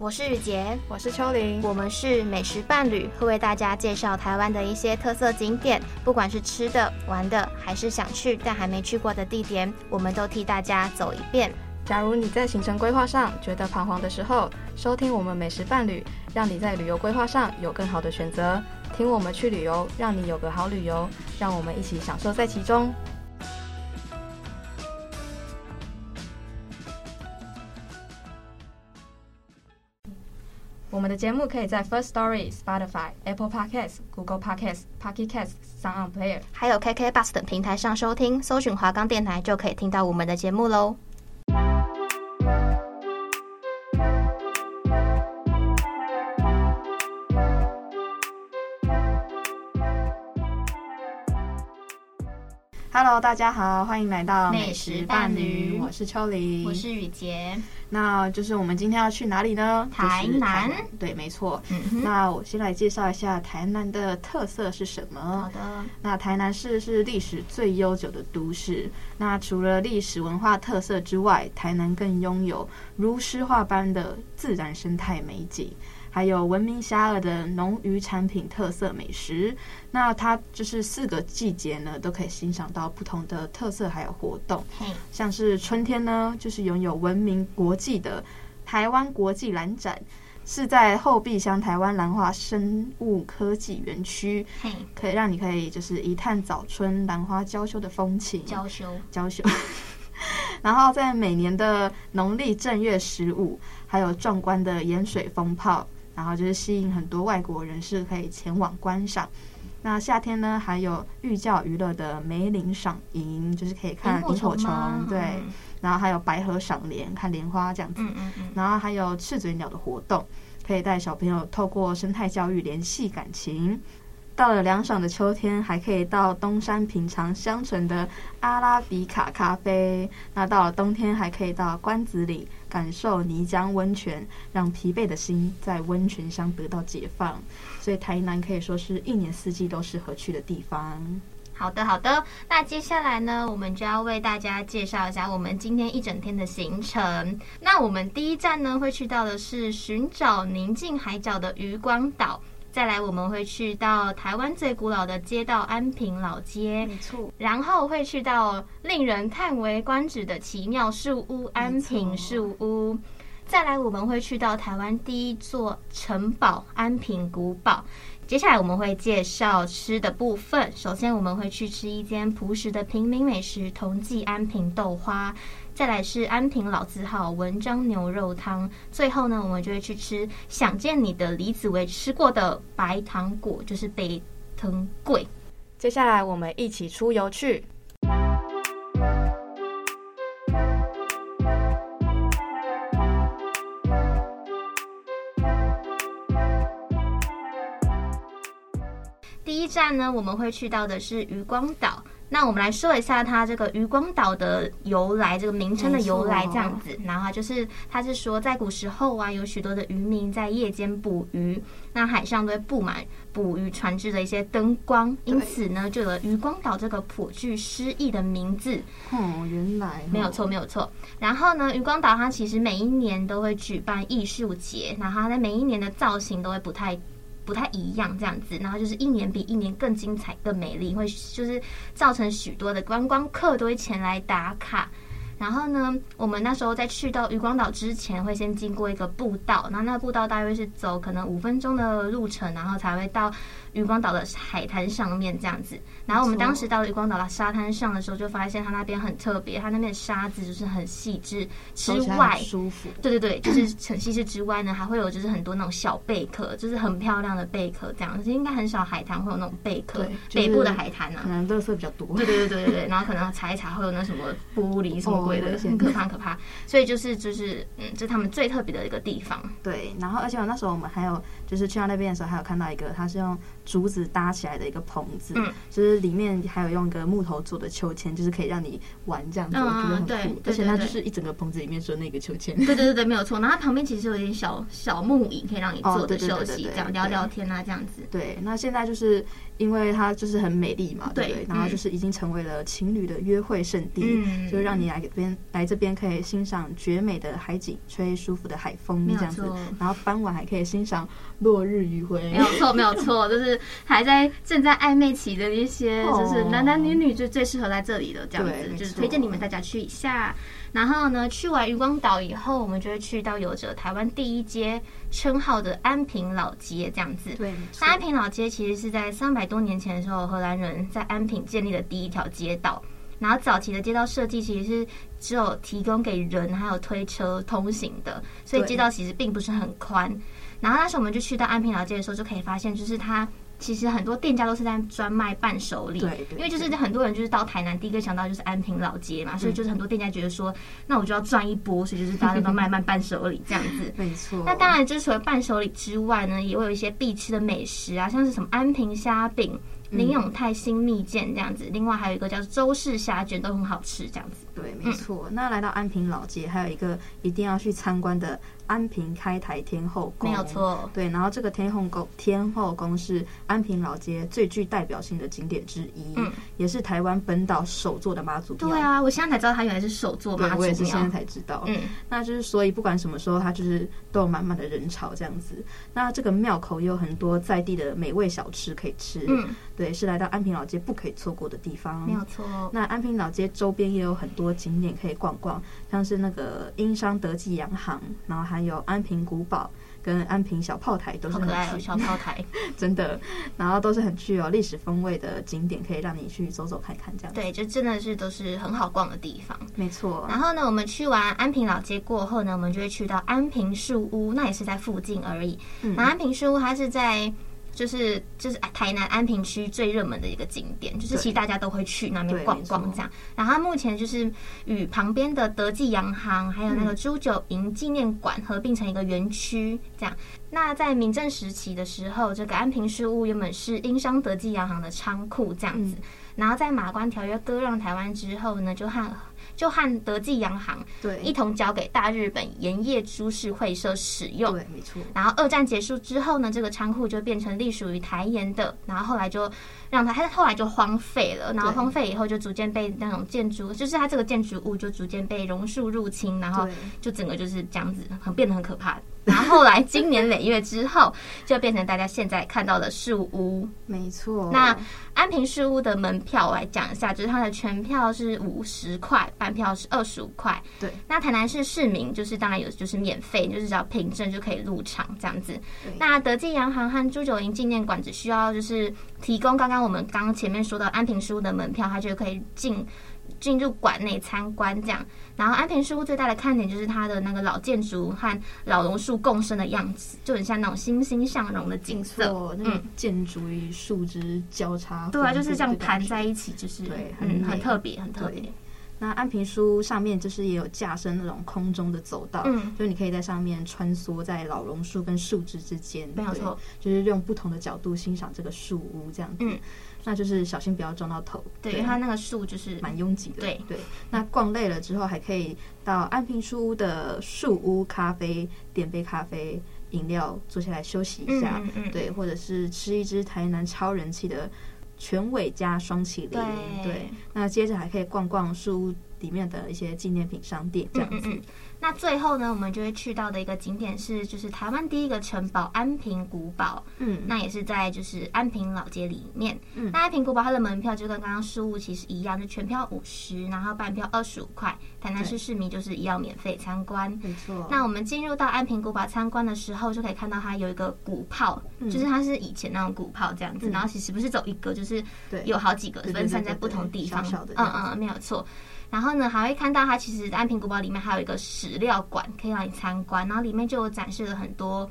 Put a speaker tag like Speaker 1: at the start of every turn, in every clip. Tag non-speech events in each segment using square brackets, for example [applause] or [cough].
Speaker 1: 我是雨杰，
Speaker 2: 我是秋玲，
Speaker 1: 我们是美食伴侣，会为大家介绍台湾的一些特色景点，不管是吃的、玩的，还是想去但还没去过的地点，我们都替大家走一遍。
Speaker 2: 假如你在行程规划上觉得彷徨的时候，收听我们美食伴侣，让你在旅游规划上有更好的选择。听我们去旅游，让你有个好旅游。让我们一起享受在其中。我们的节目可以在 First Story、Spotify、Apple Podcasts、Google Podcasts、Pocket Casts、Sound On Player。
Speaker 1: 还有 KK Bus 等平台上收听，搜寻华冈电台就可以听到我们的节目喽。
Speaker 2: Hello，大家好，欢迎来到
Speaker 1: 美食伴侣
Speaker 2: 我是秋玲，
Speaker 1: 雨杰，
Speaker 2: 那就是我们今天要去哪里呢？就是
Speaker 1: 台南
Speaker 2: 对，没错。
Speaker 1: 嗯哼，
Speaker 2: 那我先来介绍一下台南的特色是什
Speaker 1: 好
Speaker 2: 么。
Speaker 1: 的，
Speaker 2: 那台南市是历史最悠久的都市。那除了历史文化特色之外，台南更拥有如诗画般的自然生态美景，还有闻名遐迩的农渔产品特色美食。那它就是四个季节呢，都可以欣赏到不同的特色还有活动。
Speaker 1: 嘿，
Speaker 2: 像是春天呢，就是拥有闻名国际的台湾国际兰展，是在后壁乡台湾兰花生物科技园区，
Speaker 1: 嘿，
Speaker 2: 可以让你可以就是一探早春兰花娇羞的风情，
Speaker 1: 娇羞，
Speaker 2: 娇羞。 [laughs] 然后在每年的农历正月十五，还有壮观的盐水风炮，然后就是吸引很多外国人士可以前往观赏。那夏天呢，还有寓教于乐的梅林赏萤，就是可以看萤火虫
Speaker 1: 吗，
Speaker 2: 对，然后还有白河赏莲，看莲花这样子，
Speaker 1: 嗯嗯嗯，
Speaker 2: 然后还有赤嘴鸟的活动，可以带小朋友透过生态教育联系感情。到了凉爽的秋天，还可以到东山品尝香醇的阿拉比卡咖啡。那到了冬天，还可以到关子岭感受泥浆温泉，让疲惫的心在温泉乡得到解放。所以台南可以说是一年四季都适合去的地方。
Speaker 1: 好的，好的。那接下来呢，我们就要为大家介绍一下我们今天一整天的行程。那我们第一站呢，会去到的是寻找宁静海角的渔光岛。再来，我们会去到台湾最古老的街道安平老街，
Speaker 2: 错，
Speaker 1: 然后会去到令人叹为观止的奇妙树屋安平树屋。再来，我们会去到台湾第一座城堡安平古堡。接下来我们会介绍吃的部分。首先，我们会去吃一间朴实的平民美食——同济安平豆花。再来是安平老字号文章牛肉汤。最后呢，我们就会去吃想见你的李子维吃过的白糖果，就是北藤贵。
Speaker 2: 接下来我们一起出游去。
Speaker 1: 第一站呢，我们会去到的是渔光岛。那我们来说一下它这个渔光岛的由来，这个名称的由来
Speaker 2: 没错
Speaker 1: 这样子。然后它就是它是说，在古时候啊，有许多的渔民在夜间捕鱼，那海上都会布满捕鱼船只的一些灯光，因此呢，就有了渔光岛这个颇具诗意的名字。
Speaker 2: 哦，原来
Speaker 1: 没有错，没有错。然后呢，渔光岛它其实每一年都会举办艺术节，然后它在每一年的造型都会不太。不太一样这样子，然后就是一年比一年更精彩、更美丽，会就是造成许多的观光客都会前来打卡。然后呢，我们那时候在去到渔光岛之前，会先经过一个步道，那那个步道大约是走可能五分钟的路程，然后才会到渔光岛的海滩上面这样子。然后我们
Speaker 2: 没错
Speaker 1: 当时到了渔光岛的沙滩上的时候，就发现它那边很特别，它那边的沙子就是很细致之
Speaker 2: 走起来
Speaker 1: [clears throat]
Speaker 2: 很
Speaker 1: 外，
Speaker 2: 舒服。
Speaker 1: 对对对，就是城西市之外呢，还会有就是很多那种小贝壳，就是很漂亮的贝壳这样，子，应该很少海滩会有那种贝壳
Speaker 2: 对，就是
Speaker 1: 北部的海滩啊
Speaker 2: 可。能垃圾比较多。
Speaker 1: 对对对对对对，然后可能踩一踩会有那什么玻璃什么鬼
Speaker 2: 哦
Speaker 1: 的，
Speaker 2: 危险
Speaker 1: 很可怕很可怕。所以就是就是嗯，这是他们最特别的一个地方。
Speaker 2: 对，然后而且我那时候我们还有就是去到那边的时候，还有看到一个，它是用竹子搭起来的一个棚子，
Speaker 1: 嗯
Speaker 2: 就是里面还有用一个木头做的秋千，就是可以让你玩这样子，
Speaker 1: 嗯
Speaker 2: 我觉得很酷。
Speaker 1: 对对
Speaker 2: 而且它
Speaker 1: 对对
Speaker 2: 就是一整个棚子里面只有那个秋千。 [laughs]
Speaker 1: 对对对对，没有错。然后它旁边其实有一点小小木椅，可以让你
Speaker 2: 哦
Speaker 1: 坐着
Speaker 2: 对对对
Speaker 1: 休
Speaker 2: 对
Speaker 1: 息，
Speaker 2: 对
Speaker 1: 这样
Speaker 2: 对
Speaker 1: 聊聊天啊，这样子。
Speaker 2: 对，那现在就是因为它就是很美丽嘛，对不
Speaker 1: 对
Speaker 2: 对？然后
Speaker 1: 嗯
Speaker 2: 就是已经成为了情侣的约会圣地，
Speaker 1: 嗯
Speaker 2: 就是让你来这边来这边可以欣赏绝美的海景，吹舒服的海风
Speaker 1: 没有
Speaker 2: 这样子
Speaker 1: 错，
Speaker 2: 然后傍晚还可以欣赏落日余晖
Speaker 1: 没。有错，没有
Speaker 2: [laughs]
Speaker 1: 错，就是还在正在暧昧期的一些，
Speaker 2: 哦
Speaker 1: 就是男男女女就最适合来这里的这样
Speaker 2: 对
Speaker 1: 子，
Speaker 2: 没
Speaker 1: 就是
Speaker 2: 错
Speaker 1: 推荐你们大家去一下。然后呢，去完渔光岛以后，我们就会去到有着台湾第一街称号的安平老街这样子。
Speaker 2: 对，没错
Speaker 1: 那安平老街其实是在三百多年前的时候，荷兰人在安平建立的第一条街道。然后早期的街道设计其实是只有提供给人还有推车通行的，所以
Speaker 2: 对
Speaker 1: 街道其实并不是很宽。然后那时候我们就去到安平老街的时候，就可以发现，就是它其实很多店家都是在专卖伴手礼，
Speaker 2: 对对
Speaker 1: 因为就是很多人就是到台南第一个想到就是安平老街嘛，所以就是很多店家觉得说，那我就要赚一波，所以就是大家都在卖卖伴手礼这样子。
Speaker 2: 没错。
Speaker 1: 那当然，就是除了伴手礼之外呢，也会有一些必吃的美食啊，像是什么安平虾饼、
Speaker 2: 嗯
Speaker 1: 林永泰新蜜饯这样子。另外还有一个叫周氏虾卷，都很好吃这样子。
Speaker 2: 对，没错。那来到安平老街，还有一个一定要去参观的安平开台天后宫，
Speaker 1: 没有错
Speaker 2: 对，然后这个天后宫，天后宫是安平老街最具代表性的景点之一，
Speaker 1: 嗯
Speaker 2: 也是台湾本岛首座的妈祖庙。
Speaker 1: 对啊，我现在才知道它原来是手做
Speaker 2: 对
Speaker 1: 妈祖
Speaker 2: 我也是现在
Speaker 1: 庙。
Speaker 2: 才知道。
Speaker 1: 嗯，
Speaker 2: 那就是所以不管什么时候，它就是都有满满的人潮这样子。那这个庙口也有很多在地的美味小吃可以吃，
Speaker 1: 嗯，
Speaker 2: 对，是来到安平老街不可以错过的地方。
Speaker 1: 没有错。
Speaker 2: 那安平老街周边也有很多景点可以逛逛，像是那个英商德记洋行，然后还有安平古堡跟安平小炮台都是
Speaker 1: 好
Speaker 2: 很
Speaker 1: 可爱哦，
Speaker 2: 具
Speaker 1: 小炮台。
Speaker 2: 真的，然后都是很具有历史风味的景点，可以让你去走走看看这样。，
Speaker 1: [laughs] 对，就真的是都是很好逛的地方。
Speaker 2: 没错，
Speaker 1: 然后呢，我们去完安平老街过后呢，我们就会去到安平树屋，那也是在附近而已。
Speaker 2: 嗯
Speaker 1: 那安平树屋它是在就是就是哎台南安平区最热门的一个景点，就是其实大家都会去那边
Speaker 2: 对
Speaker 1: 逛
Speaker 2: 没错
Speaker 1: 逛这样。然后它目前就是与旁边的德记洋行还有那个朱九营纪念馆合并成一个园区这样。那在民政时期的时候，这个安平事务原本是英商德记洋行的仓库这样子。
Speaker 2: 嗯
Speaker 1: 然后在马关条约割让台湾之后呢，就和就和德记洋行一
Speaker 2: 对，
Speaker 1: 同交给大日本盐业株式会社使用。
Speaker 2: 对，没错，
Speaker 1: 然后二战结束之后呢，这个仓库就变成隶属于台盐的，然后后来就让它，它后来就荒废了，然后
Speaker 2: 对
Speaker 1: 荒废以后就逐渐被那种建筑，就是它这个建筑物就逐渐被榕树入侵，然后
Speaker 2: 对
Speaker 1: 就整个就是这样子，很变得很可怕。然后后来经年累月之后，就变成大家现在看到的树屋。
Speaker 2: 没错。
Speaker 1: 那安平事屋的门票我来讲一下，就是它的全票是五十块，半票是二十五块。
Speaker 2: 对，
Speaker 1: 那台南市市民就是当然有就是免费，就是只要凭证就可以入场这样子
Speaker 2: 对。
Speaker 1: 那德记洋行和朱九营纪念馆只需要就是提供刚刚我们刚刚前面说的安平事屋的门票，它就可以进。进入馆内参观这样，然后安平书屋最大的看点就是它的那个老建筑和老榕树共生的样子，就很像那种欣欣向荣的景
Speaker 2: 没
Speaker 1: 色。
Speaker 2: 错，那个建筑与树枝交叉，
Speaker 1: 嗯对啊，就是这样盘
Speaker 2: 盘
Speaker 1: 在。一起，就是
Speaker 2: 对很
Speaker 1: 嗯，
Speaker 2: 美
Speaker 1: 很特别，很特别
Speaker 2: 对。那安平书上面就是也有架设那种空中的走道，
Speaker 1: 嗯
Speaker 2: 就是你可以在上面穿梭在老榕树跟树枝之间，
Speaker 1: 没有
Speaker 2: 对
Speaker 1: 错，
Speaker 2: 就是用不同的角度欣赏这个树屋这样子。
Speaker 1: 嗯
Speaker 2: 那就是小心不要撞到头，
Speaker 1: 对，因为它那个树就是嗯
Speaker 2: 蛮拥挤的。
Speaker 1: 对
Speaker 2: 对，那逛累了之后，还可以到安平书屋的树屋咖啡点杯咖啡饮料，坐下来休息一下。
Speaker 1: 嗯嗯嗯
Speaker 2: 对，或者是吃一只台南超人气的全尾加双麒麟。
Speaker 1: 对
Speaker 2: 那接着还可以逛逛树屋里面的一些纪念品商店，这样
Speaker 1: 嗯
Speaker 2: 子。
Speaker 1: 嗯嗯。那最后呢，我们就会去到的一个景点是，就是台湾第一个城堡安平古堡，
Speaker 2: 嗯
Speaker 1: 那也是在就是安平老街里面。那安平古堡它的门票就跟刚刚书屋其实一样，就全票五十，然后半票二十五块，台南市市民就是一样免费参观。
Speaker 2: 没错。
Speaker 1: 那我们进入到安平古堡参观的时候，就可以看到它有一个鼓炮，
Speaker 2: 嗯
Speaker 1: 就是它是以前那种鼓炮这样子，然后其实不是走一个，就是
Speaker 2: 对
Speaker 1: 有好几个
Speaker 2: 对对对
Speaker 1: 分散
Speaker 2: 对
Speaker 1: 在不同地方，
Speaker 2: 小小的这
Speaker 1: 嗯
Speaker 2: 样子
Speaker 1: 嗯，没有错。然后呢，还会看到它其实安平古堡里面还有一个史料馆，可以让你参观，然后里面就有展示了很多。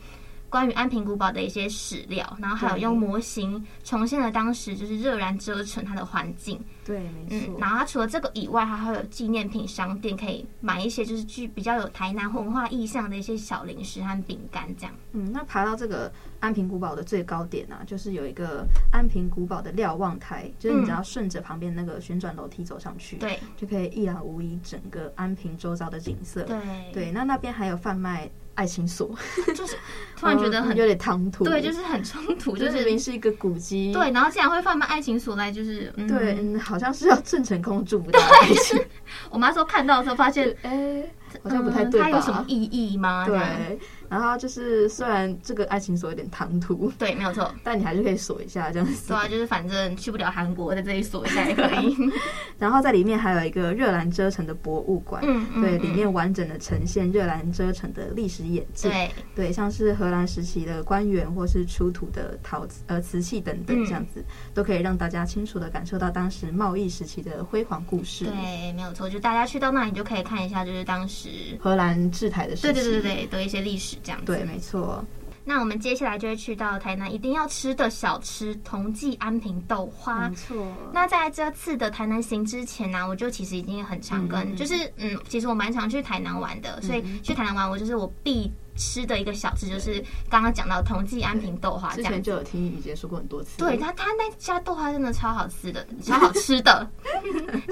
Speaker 1: 关于安平古堡的一些史料，然后还有
Speaker 2: 对
Speaker 1: 用模型重现了当时就是热然遮城它的环境。
Speaker 2: 对，没
Speaker 1: 嗯
Speaker 2: 错，，
Speaker 1: 然后它除了这个以外，它还会有纪念品商店，可以买一些就是具比较有台南文化意象的一些小零食和饼干这样。
Speaker 2: 嗯，那爬到这个安平古堡的最高点啊，就是有一个安平古堡的瞭望台，就是你
Speaker 1: 嗯
Speaker 2: 只要顺着旁边那个旋转楼梯走上去，
Speaker 1: 对
Speaker 2: 就可以一览无遗整个安平周遭的景色。
Speaker 1: 对，
Speaker 2: 对，那那边还有贩卖爱情锁，
Speaker 1: 就是突然觉得很
Speaker 2: [laughs] 有点唐突，
Speaker 1: 对，就是很冲突，就
Speaker 2: 就是
Speaker 1: 是
Speaker 2: 明明是一个古迹，
Speaker 1: 对，然后竟然会贩卖爱情锁来，就是嗯，
Speaker 2: 对，嗯，好像是要郑成功祝福大家爱情，
Speaker 1: 我妈说看到的时候发现，
Speaker 2: 哎， [laughs] 好像不太对
Speaker 1: 嗯
Speaker 2: 吧？
Speaker 1: 它有什么意义吗？这样
Speaker 2: 对，然后就是虽然这个爱情锁有点唐突，
Speaker 1: 对，没有错。
Speaker 2: 但你还是可以锁一下这样子
Speaker 1: 对。啊，就是反正去不了韩国，在这里锁一下也可以。
Speaker 2: 然后在里面还有一个热兰遮城的博物馆，
Speaker 1: 嗯嗯
Speaker 2: 对，
Speaker 1: 嗯
Speaker 2: 里面完整的呈现热兰遮城的历史演进，
Speaker 1: 对，
Speaker 2: 对，像是荷兰时期的官员或是出土的陶瓷呃瓷器等等
Speaker 1: 嗯
Speaker 2: 这样子，都可以让大家清楚的感受到当时贸易时期的辉煌故事。
Speaker 1: 对，没有错。就大家去到那里就可以看一下，就是当时
Speaker 2: 荷兰制台的时
Speaker 1: 对
Speaker 2: 期，
Speaker 1: 对对对对的一些历史这样子。
Speaker 2: 对，没错。
Speaker 1: 那我们接下来就会去到台南一定要吃的小吃——同济安平豆花。
Speaker 2: 错，
Speaker 1: 那在这次的台南行之前啊呢、我就其实已经很常跟，
Speaker 2: 嗯嗯
Speaker 1: 就是嗯，其实我蛮常去台南玩的，所以去台南玩，我就是我必吃的一个小吃，就是刚刚讲到同济安平豆花这
Speaker 2: 之
Speaker 1: 样
Speaker 2: 前
Speaker 1: 子。
Speaker 2: 就有听雨杰说过很多次，
Speaker 1: 对，他，他那家豆花真的超好吃的，超好吃
Speaker 2: [laughs]
Speaker 1: 的，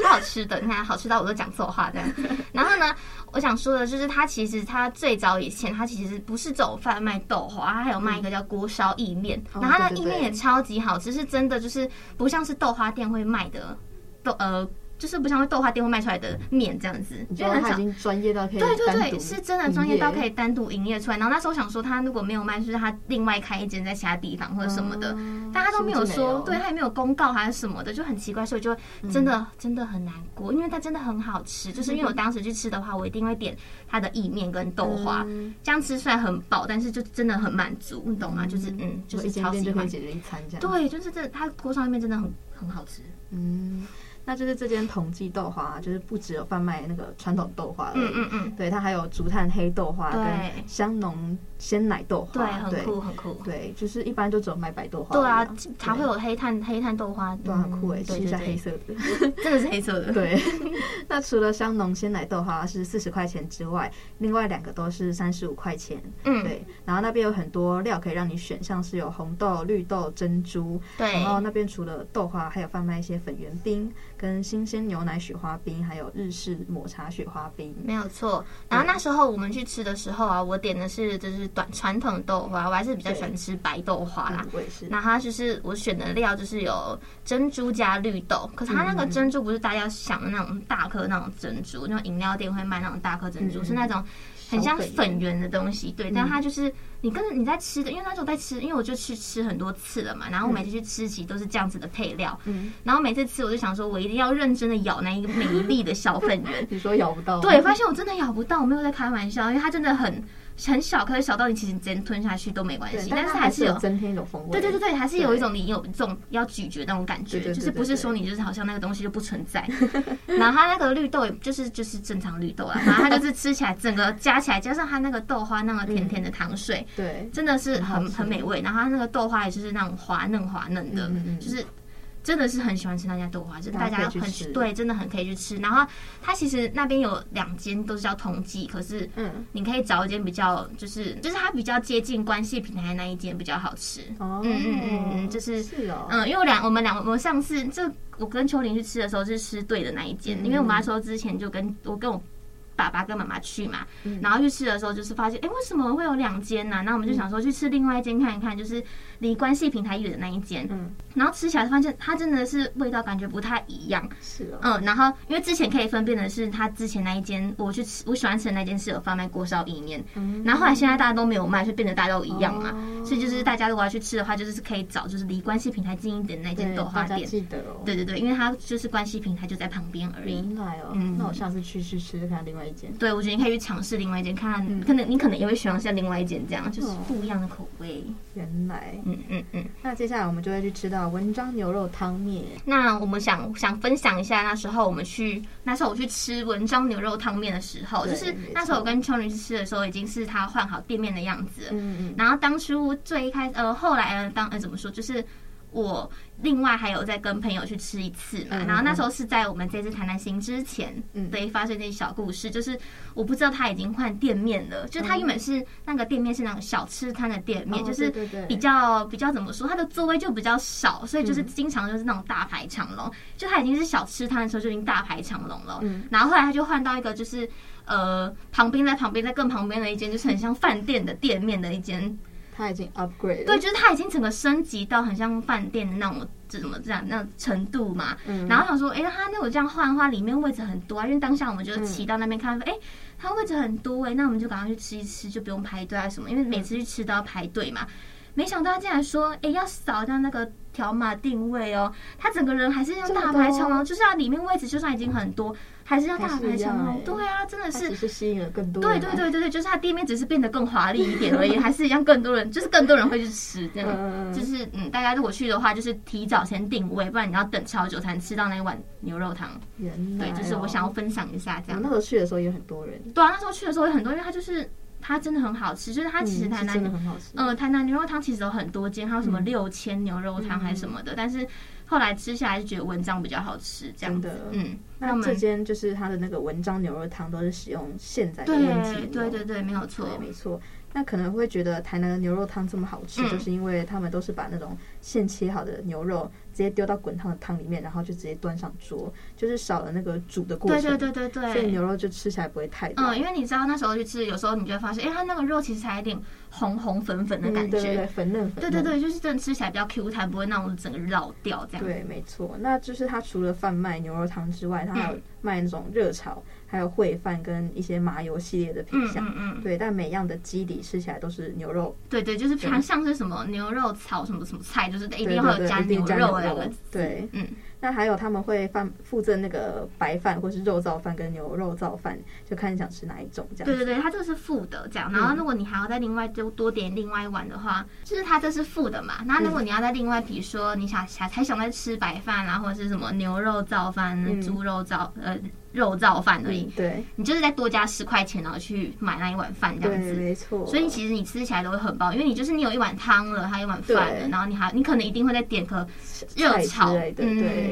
Speaker 1: 超好吃的。你看，好吃到我都讲错话这样。
Speaker 2: [laughs]
Speaker 1: 然后呢，我想说的就是，它其实它最早以前，它其实不是走贩卖豆花，它还有卖一个叫锅烧意面，
Speaker 2: 嗯哦
Speaker 1: 然后它的
Speaker 2: 对对
Speaker 1: 意
Speaker 2: 对
Speaker 1: 面也超级好吃，是真的就是不像是豆花店会卖的豆呃。就是不像豆花店会卖出来的面这样子，
Speaker 2: 你
Speaker 1: 就是
Speaker 2: 知道
Speaker 1: 很
Speaker 2: 他已
Speaker 1: 少。
Speaker 2: 经专业到可以
Speaker 1: 对对
Speaker 2: 单独
Speaker 1: 对，是真的专业到
Speaker 2: 营
Speaker 1: 可以单独营业出来。然后那时候想说，他如果没有卖，就是他另外开一间在其他地方或者什么的，
Speaker 2: 嗯
Speaker 1: 大家都没有
Speaker 2: 殊不知没
Speaker 1: 说
Speaker 2: 有，嗯
Speaker 1: 对，他也没有公告还是什么的，就很奇怪，所以我就真的、真的很难过，因为它真的很好吃，就是因为我当时去吃的话，我一定会点它的意面跟豆花，
Speaker 2: 嗯
Speaker 1: 这样吃虽然很饱，但是就真的很满足，你懂吗？就是嗯，就
Speaker 2: 一
Speaker 1: 是
Speaker 2: 间
Speaker 1: 超
Speaker 2: 店
Speaker 1: 喜
Speaker 2: 就可
Speaker 1: 欢
Speaker 2: 以，解决一餐这样。，
Speaker 1: 对，就是这它锅烧意面真的很很好吃，
Speaker 2: 嗯，那就是这间统计豆花啊，就是不只有贩卖那个传统豆花而
Speaker 1: 嗯
Speaker 2: 已，
Speaker 1: 嗯嗯，
Speaker 2: 对，它还有竹炭黑豆花
Speaker 1: 对
Speaker 2: 跟香浓鲜奶豆
Speaker 1: 对，
Speaker 2: 花，
Speaker 1: 很酷很酷。
Speaker 2: 对，就是一般就只有卖白豆花而
Speaker 1: 对
Speaker 2: 已啊，
Speaker 1: 啊，还会有黑炭黑炭豆花，
Speaker 2: 对啊，很酷
Speaker 1: 嗯
Speaker 2: 诶，
Speaker 1: 对
Speaker 2: 吃一
Speaker 1: 对
Speaker 2: 下
Speaker 1: 对
Speaker 2: 黑色的。
Speaker 1: 真的是黑色的，
Speaker 2: 对， [laughs] 那除了香浓鲜奶豆花是四十块钱之外，另外两个都是三十五块钱。
Speaker 1: 嗯
Speaker 2: 对，然后那边有很多料可以让你选，像是有红豆、绿豆、珍珠。
Speaker 1: 对
Speaker 2: 然后那边除了豆花，还有贩卖一些粉圆冰、跟新鲜牛奶雪花冰，还有日式抹茶雪花冰。
Speaker 1: 没有错。然后那时候我们去吃的时候啊，我点的是就是短传统豆花，我还是比较喜欢吃白豆花啦
Speaker 2: 嗯。我也是。
Speaker 1: 那它就是我选的料，就是有珍珠加绿豆，可是它那个珍珠不是大家想的那种大颗那种珍珠，那种饮料店会卖那种大颗珍珠，
Speaker 2: 嗯
Speaker 1: 是那种很像
Speaker 2: 小
Speaker 1: 粉圆的东西。对，但它就是你跟着你在吃的，因为那时候在吃，因为我就去吃很多次了嘛，然后我每次去吃其实都是这样子的配料，
Speaker 2: 嗯，
Speaker 1: 然后每次吃我就想说，我一定要认真的咬那一个每一粒的小粉圆，
Speaker 2: [laughs] 你说咬不到？
Speaker 1: 对，发现我真的咬不到，我没有在开玩笑，因为它真的很很小，可是小到你其实你直接吞下去都没关
Speaker 2: 对，
Speaker 1: 系，
Speaker 2: 但
Speaker 1: 但是
Speaker 2: 它
Speaker 1: 还
Speaker 2: 还
Speaker 1: 是
Speaker 2: 是有
Speaker 1: 有。
Speaker 2: 增添一种风味。
Speaker 1: 对对对对，还是有一种你有这种要咀嚼那种感觉，
Speaker 2: 对对对
Speaker 1: 就是不是说你就是好像那个东西就不存
Speaker 2: [laughs]
Speaker 1: 在。然后它那个绿豆也就是就是正常绿
Speaker 2: [laughs]
Speaker 1: 豆啦，然后它就是吃起来整个加起来，加上它那个豆花那个甜甜的糖水，
Speaker 2: 对
Speaker 1: 真的是
Speaker 2: 嗯很好
Speaker 1: 很
Speaker 2: 吃
Speaker 1: 很美味。然后它那个豆花也就是那种滑嫩滑嫩的，
Speaker 2: 嗯嗯嗯
Speaker 1: 就是真的是很喜欢吃那家豆花，就是大
Speaker 2: 大
Speaker 1: 家
Speaker 2: 家可以去
Speaker 1: 很
Speaker 2: 吃
Speaker 1: 对，真的很可以去吃。然后它其实那边有两间都是叫同济，可是
Speaker 2: 嗯，
Speaker 1: 你可以找一间比较就是就是它比较接近关系平台那一间比较好吃。
Speaker 2: 哦，
Speaker 1: 嗯嗯嗯嗯就是
Speaker 2: 是哦，
Speaker 1: 嗯，因为我俩我们两我上次这我跟秋玲去吃的时候是吃对的那一间，
Speaker 2: 嗯
Speaker 1: 因为我妈说之前就跟我跟我爸爸跟妈妈去嘛，
Speaker 2: 嗯
Speaker 1: 然后去吃的时候就是发现，哎、为什么会有两间呢？那我们就想说去吃另外一间看一看，就是离关系平台远的那一间，
Speaker 2: 嗯
Speaker 1: 然后吃起来发现它真的是味道感觉不太一样，
Speaker 2: 是哦，
Speaker 1: 嗯，然后因为之前可以分辨的是，他之前那一间我去吃，我喜欢吃的那间是有贩卖锅烧意面，
Speaker 2: 嗯
Speaker 1: 然后后来现在大家都没有卖，就变得大家都一样嘛。
Speaker 2: 哦
Speaker 1: 所以就是大家如果要去吃的话，就是可以找就是离关系平台近一点的那间
Speaker 2: 对，
Speaker 1: 豆花
Speaker 2: 大家
Speaker 1: 店。
Speaker 2: 记得哦。
Speaker 1: 对对对，因为它就是关系平台就在旁边而已。
Speaker 2: 原来哦，
Speaker 1: 嗯
Speaker 2: 那我下次去去吃吃看另外
Speaker 1: 外一间。对，我觉得你可以去尝试另外一间，看看、可能你可能也会喜欢像另外一间这样，就是
Speaker 2: 嗯哦
Speaker 1: 不一样的口味。
Speaker 2: 原来，
Speaker 1: 嗯嗯嗯。
Speaker 2: 那接下来我们就会去吃到文章牛肉汤面。
Speaker 1: 那我们想想分享一下那时候我们去那时候我去吃文章牛肉汤面的时候，
Speaker 2: 对
Speaker 1: 就是
Speaker 2: 没错
Speaker 1: 那时候我跟秋女去吃的时候，已经是她换好店面的样子了。
Speaker 2: 嗯嗯，
Speaker 1: 然后当初最一开始，呃，后来呃，当呃怎么说，就是我另外还有再跟朋友去吃一次嘛。
Speaker 2: 嗯
Speaker 1: 然后那时候是在我们这次台南行之前，
Speaker 2: 嗯
Speaker 1: 对，发生那小故事，就是我不知道他已经换店面了，就是他原本是那个店面是那种小吃摊的店面，
Speaker 2: 嗯哦
Speaker 1: 就是
Speaker 2: 对对对
Speaker 1: 比较比较怎么说，它的座位就比较少，所以就是经常就是那种大排长龙。就他已经是小吃摊的时候就已经大排长龙了，
Speaker 2: 嗯
Speaker 1: 然后后来他就换到一个就是呃旁边在旁边在更旁边的一间，就是很像饭店的店面的一间，
Speaker 2: 他已经 upgrade 了。
Speaker 1: 对，就是他已经整个升级到很像饭店的那种。这怎么这样那种程度嘛？
Speaker 2: 嗯
Speaker 1: 然后想说，哎、他那我这样换的话，里面位置很多啊。因为当下我们
Speaker 2: 嗯
Speaker 1: 就骑到那边看，哎、他位置很多哎、那我们就赶快去吃一吃，就不用排队啊什么。因为每次去吃都要排队嘛。没想到他竟然说，哎、要扫掉那个条码定位哦。他整个人还是要
Speaker 2: 这么
Speaker 1: 大
Speaker 2: 多
Speaker 1: 排长龙，就是啊，里面位置就算已经很多，还是要大
Speaker 2: 还是
Speaker 1: 排
Speaker 2: 一样
Speaker 1: 长
Speaker 2: 哎
Speaker 1: 龙。对啊，真的
Speaker 2: 它
Speaker 1: 是
Speaker 2: 只是欸吸引了更多
Speaker 1: 对
Speaker 2: 人。
Speaker 1: 对对对对，就是它店面只是变得更华丽一点而已，还是一样更多人，就是更多人会去吃这样。
Speaker 2: 嗯，嗯
Speaker 1: 就
Speaker 2: 嗯
Speaker 1: 是嗯，大家如果去的话，就是提早先定位，不然你要等超久才能吃到那一碗牛肉汤。
Speaker 2: 原来
Speaker 1: 对，
Speaker 2: 哦
Speaker 1: 就是我想要分享一下这
Speaker 2: 我
Speaker 1: 样
Speaker 2: 那。时候去的时候也很多人，
Speaker 1: 对啊，那时候去的时候有很多，因为它就是它真的很好吃，就是它其实
Speaker 2: 嗯
Speaker 1: 台
Speaker 2: 是
Speaker 1: 南
Speaker 2: 真的很好吃。嗯
Speaker 1: 呃，台南牛肉汤其实有很多间，还有什么六千牛肉汤还是什么的，但是后来吃下来就觉得文章比较好吃这样
Speaker 2: 真
Speaker 1: 子
Speaker 2: 的。
Speaker 1: 嗯，那我
Speaker 2: 那这
Speaker 1: 们
Speaker 2: 间就是它的那个文章牛肉汤都是使用现宰的
Speaker 1: 对
Speaker 2: 问题，
Speaker 1: 对对对，没有错。
Speaker 2: 对，没错。那可能会觉得台南的牛肉汤这么好吃，
Speaker 1: 嗯
Speaker 2: 就是因为他们都是把那种现切好的牛肉直接丢到滚烫的汤里面，然后就直接端上桌，就是少了那个煮的过
Speaker 1: 对
Speaker 2: 程。
Speaker 1: 对对对对，
Speaker 2: 所以牛肉就吃起来不会太老
Speaker 1: 嗯，因为你知道那时候去吃，有时候你就会发现，哎、它那个肉其实还有点红红粉粉的
Speaker 2: 嗯
Speaker 1: 感
Speaker 2: 对对对，
Speaker 1: 觉。
Speaker 2: 粉嫩粉
Speaker 1: 对
Speaker 2: 嫩。
Speaker 1: 对对，就是真的吃起来比较 Q 弹，不会那种整个老掉这样。
Speaker 2: 对，没错。那就是它除了贩卖牛肉汤之外，它还有
Speaker 1: 嗯
Speaker 2: 卖那种热炒，还有烩饭跟一些麻油系列的品
Speaker 1: 嗯
Speaker 2: 项。
Speaker 1: 嗯嗯，
Speaker 2: 对，但每样的基底吃起来都是牛肉，
Speaker 1: 对对，就是像像是什么牛肉炒什么什么菜，就是一
Speaker 2: 一
Speaker 1: 定要有加牛肉两个字。
Speaker 2: 啊对，
Speaker 1: 嗯，
Speaker 2: 那还有他们会饭附赠那个白饭或是肉燥饭跟牛肉燥饭，就看你想吃哪一种这样。
Speaker 1: 对对对，它这个是附的这样。然后如果你还要再另外就多点另外一碗的话，就是它这是附的嘛。那如果你要再另外，比如说你想想还想再吃白饭啊，或者是什么牛肉燥饭、
Speaker 2: 嗯
Speaker 1: 猪肉燥呃肉燥饭而已，
Speaker 2: 嗯对
Speaker 1: 你就是再多加十块钱，然后去买那一碗饭这
Speaker 2: 对，
Speaker 1: 样子。
Speaker 2: 没错。
Speaker 1: 所以其实你吃起来都会很饱，因为你就是你有一碗汤了，还有一碗饭了，
Speaker 2: 对
Speaker 1: 然后你还你可能一定会再点个热
Speaker 2: 菜
Speaker 1: 炒嗯
Speaker 2: 之类，的，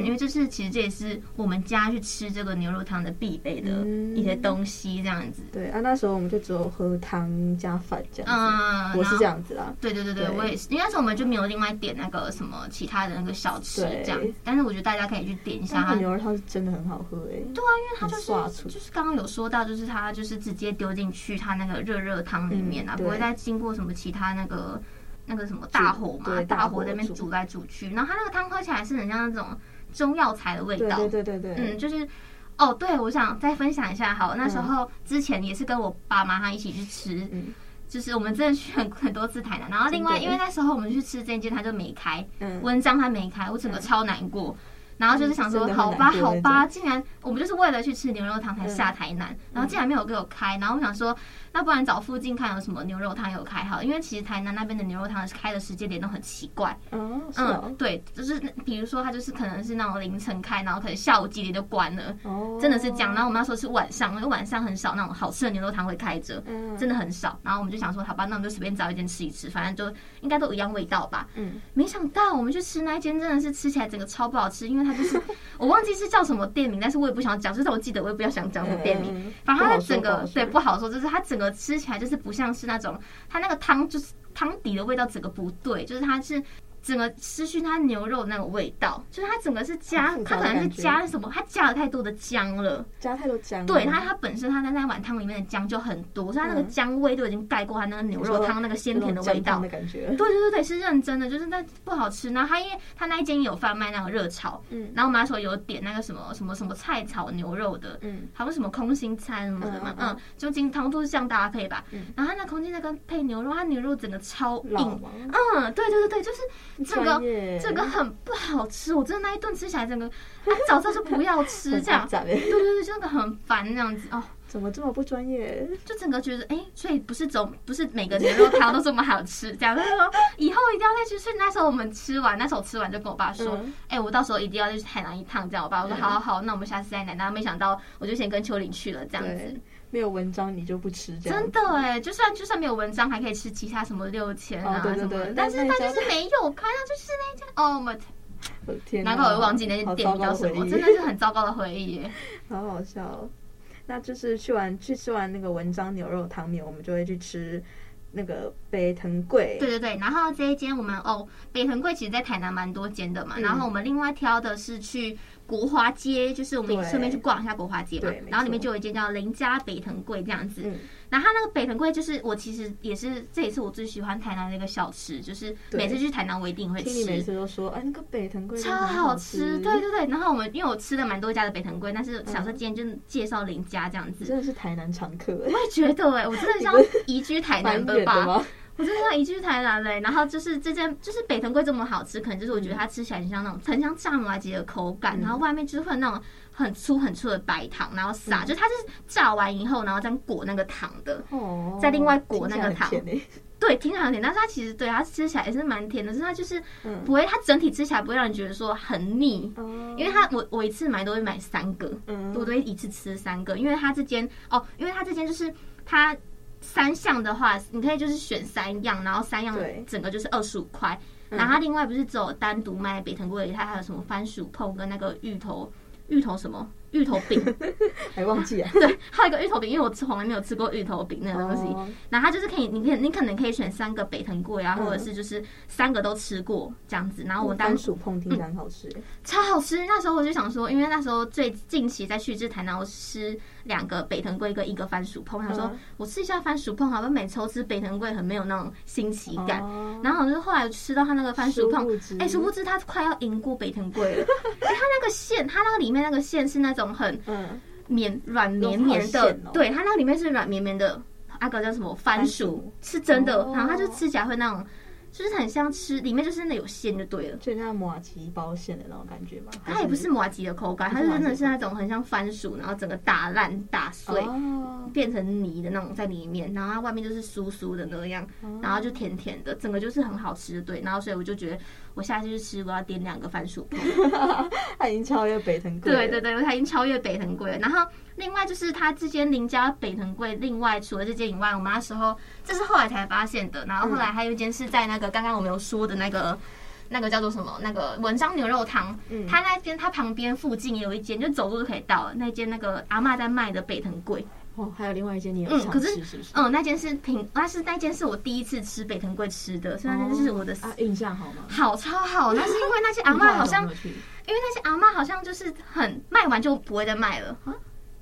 Speaker 1: 因为
Speaker 2: 对，
Speaker 1: 这是其实这也是我们家去吃这个牛肉汤的必备的
Speaker 2: 嗯
Speaker 1: 一些东西这样子。
Speaker 2: 对啊，那时候我们就只有喝汤加饭这样子，
Speaker 1: 嗯，
Speaker 2: 我是这
Speaker 1: 然后。
Speaker 2: 样子啊啦。
Speaker 1: 对对对对，
Speaker 2: 对
Speaker 1: 我也是，因为那时候我们就没有另外点那个什么其他的那个小吃
Speaker 2: 对
Speaker 1: 这样，但是我觉得大家可以去点一下
Speaker 2: 那
Speaker 1: 它
Speaker 2: 个牛肉汤是真的很好喝欸诶，
Speaker 1: 对啊，因为它就
Speaker 2: 很刷
Speaker 1: 是
Speaker 2: 出
Speaker 1: 就是刚刚有说到，就是它就是直接丢进去它那个热热汤里面啊，不
Speaker 2: 嗯
Speaker 1: 会
Speaker 2: 对
Speaker 1: 再经过什么其他那个那个什么大火嘛，
Speaker 2: 对
Speaker 1: 大
Speaker 2: 大
Speaker 1: 火
Speaker 2: 火
Speaker 1: 在那边
Speaker 2: 煮
Speaker 1: 煮来煮去，然后它那个汤喝起来是很像那种中药材的味
Speaker 2: 对
Speaker 1: 道，
Speaker 2: 对对对对，
Speaker 1: 嗯，就是。哦，对，我想再分享一下。好，那时候之前也是跟我爸妈他一起去吃，
Speaker 2: 嗯
Speaker 1: 就是我们真的去很 [laughs] 很多次台南。然后另外，
Speaker 2: 真的
Speaker 1: 因为那时候我们去吃这间，他就没开，
Speaker 2: 嗯
Speaker 1: 文章他没开，我整个超难过。然后就是想说，
Speaker 2: 嗯真的
Speaker 1: 好
Speaker 2: 很
Speaker 1: 吧，
Speaker 2: 难过嗯
Speaker 1: 好
Speaker 2: 那
Speaker 1: 吧，竟然我们就是为了去吃牛肉汤才下台南，然后竟然没有给我开，然后我想说，那不然找附近看有什么牛肉汤有开好了，因为其实台南那边的牛肉汤开的时间点都很奇怪，
Speaker 2: 哦，是
Speaker 1: 嗯
Speaker 2: 哦，，
Speaker 1: 对，就是那比如说它就是可能是那种凌晨开，然后可能下午几点就关了，
Speaker 2: 哦，
Speaker 1: 真的是这样。然后我们那时候是晚上，因为晚上很少那种好吃的牛肉汤会开着，
Speaker 2: 嗯，
Speaker 1: 真的很少。然后我们就想说，好吧，那我们就随便找一间吃一吃，反正就应该都一样味道吧。
Speaker 2: 嗯，
Speaker 1: 没想到我们去吃那一间真的是吃起来整个超不好吃，因为它就是
Speaker 2: [laughs]
Speaker 1: 我忘记是叫什么店名，但是我也不想讲，就是我记得我也不要想讲什么店名。
Speaker 2: 嗯，
Speaker 1: 反正它
Speaker 2: 不好
Speaker 1: 的
Speaker 2: 说
Speaker 1: 整
Speaker 2: 不好
Speaker 1: 个
Speaker 2: 说
Speaker 1: 对不好说，就是它整个吃起来就是不像是那种它那个汤就是汤底的味道整个不对，就是它是。整个失去它牛肉的那个味道，就是它整个是加
Speaker 2: 很，复
Speaker 1: 它
Speaker 2: 杂的
Speaker 1: 可能是
Speaker 2: 感觉
Speaker 1: 加什么？它加了太多的姜了，
Speaker 2: 加太多姜啊了，
Speaker 1: 对它，它本身它在那碗汤里面的姜就很多，所以它那个
Speaker 2: 嗯
Speaker 1: 姜味都已经盖过它那个牛
Speaker 2: 你
Speaker 1: 肉
Speaker 2: 说
Speaker 1: 汤那个鲜
Speaker 2: 有
Speaker 1: 甜
Speaker 2: 种
Speaker 1: 的味
Speaker 2: 姜
Speaker 1: 道
Speaker 2: 汤的。感觉
Speaker 1: 对，对对对，是认真的，就是那不好吃。然后它因为它那一间也有贩卖那种热炒，
Speaker 2: 嗯
Speaker 1: 然后我们那时候有点那个什么什么什么菜炒牛肉的，
Speaker 2: 嗯，
Speaker 1: 好像什么空心菜什么的嘛
Speaker 2: 嗯，嗯
Speaker 1: 嗯
Speaker 2: 嗯，
Speaker 1: 就经常都是这样搭配吧
Speaker 2: 嗯。
Speaker 1: 然后它那空心菜跟配牛肉，它牛肉整个超
Speaker 2: 老
Speaker 1: 硬，
Speaker 2: 王，
Speaker 1: 嗯，对对对对，就是这个
Speaker 2: 专业
Speaker 1: 这个很不好吃，我真的
Speaker 3: [laughs]
Speaker 1: 那一顿吃起来整个，啊，早知道就不要吃这样。
Speaker 2: 咋的？
Speaker 1: 对对对，就那个很烦那样子哦。
Speaker 3: 怎么这么不专业？
Speaker 1: 就整个觉得，哎、所以不是总不是每个牛肉汤都这么好吃，这样。他说以后一定要再去。所以那时候我们吃完，那时候我吃完就跟我爸说，哎、
Speaker 3: 嗯
Speaker 1: 我到时候一定要再去海南一趟，这样。我爸我说好好好，那我们下次再来。然后没想到我就先跟秋玲去了，这样子
Speaker 3: 对。，没有文章你就不吃这样。
Speaker 1: 真的哎、就算就算没有文章，还可以吃其他什么六千啊
Speaker 3: 哦对对
Speaker 1: 什么
Speaker 3: 对
Speaker 1: 的，
Speaker 3: 那
Speaker 1: 但是
Speaker 3: 那一
Speaker 1: 它
Speaker 3: 家
Speaker 1: 就是没有开，它就是那一家哦，我
Speaker 3: 我的天哪，
Speaker 1: 难怪我会忘记那间
Speaker 3: 好
Speaker 1: 店
Speaker 3: 糟
Speaker 1: 名
Speaker 3: 糕
Speaker 1: 叫
Speaker 3: 的
Speaker 1: 什么，
Speaker 3: 回忆
Speaker 1: 真的是很糟糕的回忆耶。
Speaker 3: [laughs] 好好笑哦、那就是去完去吃完那个文章牛肉汤面，我们就会去吃那个北藤贵。
Speaker 1: 对对对，然后这一间我们哦，北藤贵其实在台南蛮多间的嘛，
Speaker 3: 嗯
Speaker 1: 然后我们另外挑的是去国华街，就是我们
Speaker 3: 对
Speaker 1: 顺便去逛一下国华街嘛
Speaker 3: 对没，错
Speaker 1: 然后里面就有一间叫林家北藤贵这样子，
Speaker 3: 嗯
Speaker 1: 然后它那个北藤贵就是我其实也是这也是我最喜欢台南的一个小吃，就是
Speaker 3: 对
Speaker 1: 每次去台南我一定会
Speaker 3: 听你每
Speaker 1: 吃。
Speaker 3: 次都说，哎，那个北藤贵
Speaker 1: 超
Speaker 3: 真的很
Speaker 1: 好吃，
Speaker 3: 吃，嗯
Speaker 1: 对对对。然后我们因为我吃了蛮多家的北藤贵，但是想说今天就介绍林家这样子，
Speaker 3: 真的是台南常客，
Speaker 1: 我也觉得哎、我真的像移居台南
Speaker 3: [laughs] 蛮
Speaker 1: 的
Speaker 3: 远
Speaker 1: 吧
Speaker 3: 的？吗？
Speaker 1: 我真的要移居台南嘞、欸然后就是这间，就是北藤贵这么好吃，可能就是我觉得它吃起来很像那种很像炸麻吉的口感，
Speaker 3: 嗯
Speaker 1: 然后外面就是会有那种很粗很粗的白糖，然后
Speaker 3: 嗯
Speaker 1: 撒，就是它是炸完以后，然后这样裹那个糖的。
Speaker 3: 哦，
Speaker 1: 再另外裹那个
Speaker 3: 听起来很甜欸
Speaker 1: 对，挺好甜，但是它其实对它吃起来也是蛮甜的，但是它就是
Speaker 3: 嗯
Speaker 1: 不会，它整体吃起来不会让人觉得说很腻。
Speaker 3: 哦，
Speaker 1: 因为它我我一次买都会买三个，
Speaker 3: 嗯
Speaker 1: 我都会一次吃三个，因为它这间哦，因为它这间就是它三项的话，你可以就是选三样，然后三样
Speaker 3: 对嗯
Speaker 1: 整个就是二十五块，然后它另外不是只有单独卖北藤贵，它还有什么番薯碰跟那个芋头芋头什么芋头
Speaker 3: [laughs]
Speaker 1: 饼，
Speaker 3: 还忘
Speaker 1: [laughs]
Speaker 3: 记啊，
Speaker 1: 对，还有一个芋头饼，因为我从来没有吃过芋头饼那个东西，
Speaker 3: 哦
Speaker 1: 然后它就是可以，你可以你可能可以选三个北藤贵啊，或者是就是三个都吃过这样子，然哦后我
Speaker 3: 嗯
Speaker 1: 当
Speaker 3: 番薯碰听起来很好吃欸，
Speaker 1: 超好吃。那时候我就想说，因为那时候最近期再去一次台南，我吃两个北藤贵跟一个番薯碰，我想说
Speaker 3: 嗯
Speaker 1: 我吃一下番薯碰，好像每次都吃北藤贵很没有那种新奇感。
Speaker 3: 哦
Speaker 1: 然后我就后来吃到它那个番薯碰
Speaker 3: 殊不，知
Speaker 1: 哎，殊不知它快要赢过北藤
Speaker 3: [laughs]
Speaker 1: 贵了。哎，它那个馅，它那个里面那个馅是那种很
Speaker 3: 嗯，
Speaker 1: 绵软绵绵的，
Speaker 3: 有好馅哦
Speaker 1: 对，它那个里面是软绵绵的，那个叫什么番薯
Speaker 3: 番薯
Speaker 1: 是真的，
Speaker 3: 哦
Speaker 1: 然后它就吃起来会那种，就是很像吃里面就是真的有馅就对了。
Speaker 3: 就像马吉包馅的那种感觉嘛，
Speaker 1: 它也不是麻吉的口感，它
Speaker 3: 不
Speaker 1: 是
Speaker 3: 是麻
Speaker 1: 真
Speaker 3: 吉
Speaker 1: 的是那种很像番薯，然后整个打烂打碎，
Speaker 3: 哦，
Speaker 1: 变成泥的那种在里面，然后它外面就是酥酥的那样，
Speaker 3: 哦
Speaker 1: 然后就甜甜的，整个就是很好吃，对。然后所以我就觉得我下次去吃，我要点两个番薯泡。
Speaker 3: 它已经超越北藤贵，
Speaker 1: 对对，对，它已经超越北藤贵了。然后另外就是它之间邻家北藤贵，另外除了这间以外，我们那时候这是后来才发现的。然后后来还有一间是在那个刚刚我们有说的那个。那个叫做什么？那个文章牛肉汤，
Speaker 3: 嗯
Speaker 1: 它那边它旁边附近也有一间，就走路就可以到了。那间那个阿嬷在卖的北藤贵，
Speaker 3: 哦，还有另外一间你也
Speaker 1: 嗯
Speaker 3: 常
Speaker 1: 可是
Speaker 3: 吃是不是？
Speaker 1: 嗯，那间是平，那是那间是我第一次吃北藤贵吃的，所以那间是我的
Speaker 3: 啊，印象好吗？
Speaker 1: 好超好。那是因为那些阿
Speaker 3: [laughs]
Speaker 1: 嬷好像，因
Speaker 3: 你后来怎么去
Speaker 1: 为那些阿嬷好像就是很卖完就不会再卖了，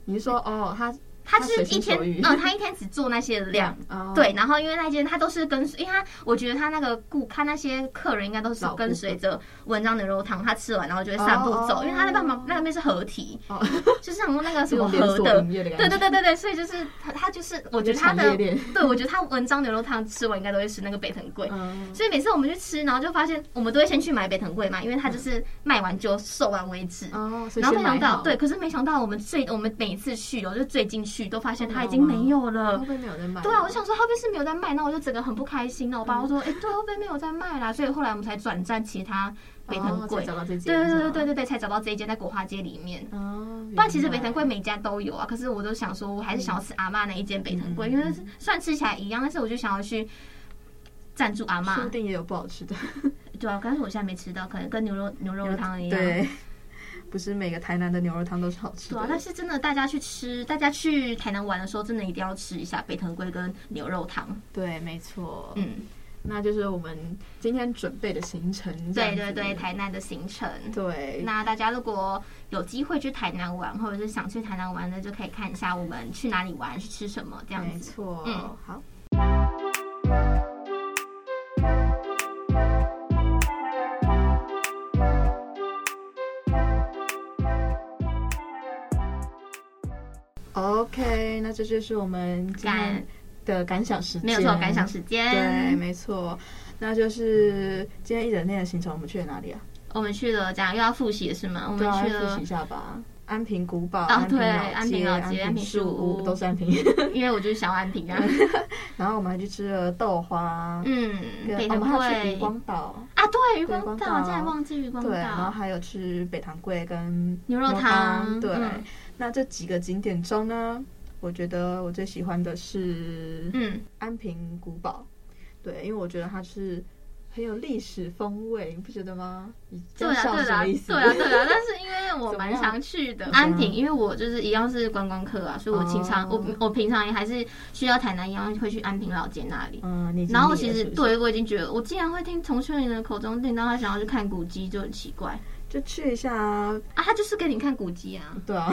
Speaker 3: 你是说
Speaker 1: 嗯
Speaker 3: 哦，他
Speaker 1: 他就是一
Speaker 3: 他随
Speaker 1: 天
Speaker 3: 心所欲，
Speaker 1: 嗯，他一天只做那些量。
Speaker 3: 哦
Speaker 1: 对，然后因为那间他都是跟随，因为他我觉得他那个顾他那些客人应该都是跟随着文章牛肉汤，他吃完然后就会散步
Speaker 3: 哦
Speaker 1: 走，因为他那边旁那边是合体，
Speaker 3: 哦，
Speaker 1: [laughs] 就是那种那个
Speaker 3: 这
Speaker 1: 什么
Speaker 3: 种连
Speaker 1: 河
Speaker 3: 锁
Speaker 1: 的，
Speaker 3: 营业的感
Speaker 1: 对
Speaker 3: 觉
Speaker 1: 对对对对，所以就是他他就是我觉得他
Speaker 3: 产
Speaker 1: 的
Speaker 3: 业链
Speaker 1: 对我觉得他文章牛肉汤吃完应该都会吃那个北藤贵，
Speaker 3: 嗯，
Speaker 1: 所以每次我们去吃，然后就发现我们都会先去买北藤贵嘛，因为他
Speaker 3: 嗯
Speaker 1: 就是卖完就售完为止，
Speaker 3: 哦，所以
Speaker 1: 然
Speaker 3: 先
Speaker 1: 后没想
Speaker 3: 买
Speaker 1: 到，
Speaker 3: 好
Speaker 1: 对，，可是没想到我们最我们每一次去，哦我就最近去都发现它已经没有
Speaker 3: 会
Speaker 1: 了
Speaker 3: 哦不。会没有人买？
Speaker 1: 对啊，我想说会不会是没有在卖，那我就整个很不开心那我爸我说，哎、对，会不会没有在卖啦？所以后来我们才转战其他北藤
Speaker 3: 哦
Speaker 1: 贵
Speaker 3: 才，找到这
Speaker 1: 对
Speaker 3: 间，
Speaker 1: 对对
Speaker 3: 是
Speaker 1: 对
Speaker 3: 吗
Speaker 1: 对对对，才找到这一间嗯在国华街里面。
Speaker 3: 哦，
Speaker 1: 不然其实北
Speaker 3: 原来
Speaker 1: 藤贵每家都有啊，可是我都想说，我还是想要吃阿嬷那一间北藤贵，因为是虽然吃起来一样，但是我就想要去赞助阿
Speaker 3: 说不
Speaker 1: 嬷。
Speaker 3: 定也有不好吃的，
Speaker 1: 对啊，但是我现在没吃到，可能跟牛肉牛肉汤一样。
Speaker 3: 对， [laughs] 不是每个台南的牛肉汤都是好吃
Speaker 1: 对
Speaker 3: 的
Speaker 1: 啊，，但是真的，大家去吃，大家去台南玩的时候，真的一定要吃一下北藤龟跟牛肉汤。
Speaker 3: 对，没错，
Speaker 1: 嗯，
Speaker 3: 那就是我们今天准备的行程，这
Speaker 1: 对
Speaker 3: 样
Speaker 1: 对
Speaker 3: 子
Speaker 1: 对，台南的行程。
Speaker 3: 对，
Speaker 1: 那大家如果有机会去台南玩，或者是想去台南玩的，就可以看一下我们去哪里玩，去吃什么这样
Speaker 3: 没
Speaker 1: 子。
Speaker 3: 错，
Speaker 1: 嗯
Speaker 3: 好。OK，那这就是我们今天
Speaker 1: 感
Speaker 3: 的感想时间，
Speaker 1: 没有错，感想时
Speaker 3: 对，
Speaker 1: 间。
Speaker 3: 没错，那就是今天一整天的行程，我们去了哪里啊？
Speaker 1: 我们去了，这样又要复习了是吗？我
Speaker 3: 对
Speaker 1: 们
Speaker 3: 啊，
Speaker 1: 去
Speaker 3: 复
Speaker 1: 了
Speaker 3: 习一下吧。
Speaker 2: 安平古堡、
Speaker 1: 啊对
Speaker 2: 安平老
Speaker 1: 安平老街安
Speaker 2: 安
Speaker 1: 平
Speaker 2: 树
Speaker 1: 树屋
Speaker 2: 都是安
Speaker 1: [laughs]
Speaker 2: 平。
Speaker 1: 因为我就是想安平啊。
Speaker 2: 然后我们还去吃了豆花，
Speaker 1: 嗯，
Speaker 2: 跟
Speaker 1: 北
Speaker 2: 哦我
Speaker 1: 藤
Speaker 2: 们还有
Speaker 1: 会
Speaker 2: 去渔光岛，
Speaker 1: 啊，对，渔
Speaker 2: 对
Speaker 1: 光
Speaker 2: 光岛
Speaker 1: 岛，竟然忘记渔光
Speaker 2: 对，然后
Speaker 1: 岛。
Speaker 2: 还有吃北塘桂跟
Speaker 1: 牛肉
Speaker 2: 肉
Speaker 1: 汤
Speaker 2: 对
Speaker 1: 嗯，
Speaker 2: 那这几个景点中呢，我觉得我最喜欢的是
Speaker 1: 嗯，
Speaker 2: 安平古堡，对，因为我觉得它是很有历史风味，你不觉得吗？你这
Speaker 1: 对
Speaker 2: 样
Speaker 1: 啊，
Speaker 2: 笑
Speaker 1: 对
Speaker 2: 是什
Speaker 1: 啊，
Speaker 2: 么
Speaker 1: 对
Speaker 2: 意
Speaker 1: 啊，
Speaker 2: 思？
Speaker 1: 对啊。但是因为我
Speaker 2: 怎么
Speaker 1: 蛮
Speaker 2: 样
Speaker 1: 常去的安平，因为我就是一样是观光客啊，所以我经常、
Speaker 2: 哦
Speaker 1: 我我平常也还是去到台南一样会去安平老街那里。
Speaker 2: 嗯，你已经
Speaker 1: 然后
Speaker 2: 腻
Speaker 1: 其
Speaker 2: 了
Speaker 1: 实
Speaker 2: 是不是
Speaker 1: 对我已经觉得，我竟然会听从秀玲的口中听到她想要去看古迹，就很奇怪
Speaker 2: 就去一下啊，
Speaker 1: 啊！她就是给你看古迹啊。
Speaker 2: 对啊，